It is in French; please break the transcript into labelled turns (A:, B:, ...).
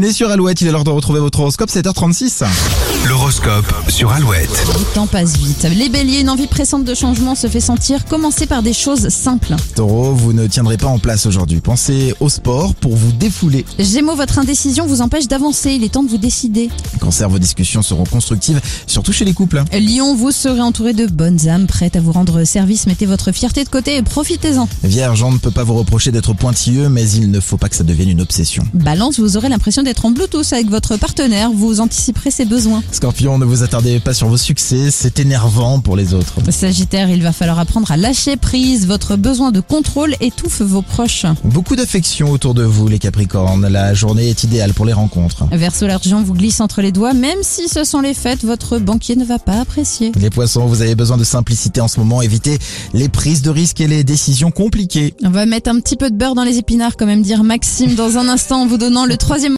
A: On est sur Alouette, il est l'heure de retrouver votre horoscope, 7h36.
B: L'horoscope sur Alouette.
C: Le temps passe vite. Les béliers, une envie pressante de changement se fait sentir. Commencez par des choses simples.
A: Taureau, vous ne tiendrez pas en place aujourd'hui. Pensez au sport pour vous défouler.
C: Gémeaux, votre indécision vous empêche d'avancer. Il est temps de vous décider.
A: Cancer, vos discussions seront constructives, surtout chez les couples. hein.
C: Lion, vous serez entouré de bonnes âmes prêtes à vous rendre service. Mettez votre fierté de côté et profitez-en.
A: Vierge, on ne peut pas vous reprocher d'être pointilleux, mais il ne faut pas que ça devienne une obsession.
C: Balance, vous aurez l'impression d'être en Bluetooth avec votre partenaire. Vous anticiperez ses besoins.
A: Scorpion, ne vous attardez pas sur vos succès, c'est énervant pour les autres.
C: Sagittaire, il va falloir apprendre à lâcher prise. Votre besoin de contrôle étouffe vos proches.
A: Beaucoup d'affection autour de vous, les Capricornes. La journée est idéale pour les rencontres.
C: Verseau, l'argent vous glisse entre les doigts. Même si ce sont les fêtes, votre banquier ne va pas apprécier.
A: Les poissons, vous avez besoin de simplicité en ce moment. Évitez les prises de risques et les décisions compliquées.
C: On va mettre un petit peu de beurre dans les épinards, quand même, dire Maxime dans un instant en vous donnant le troisième.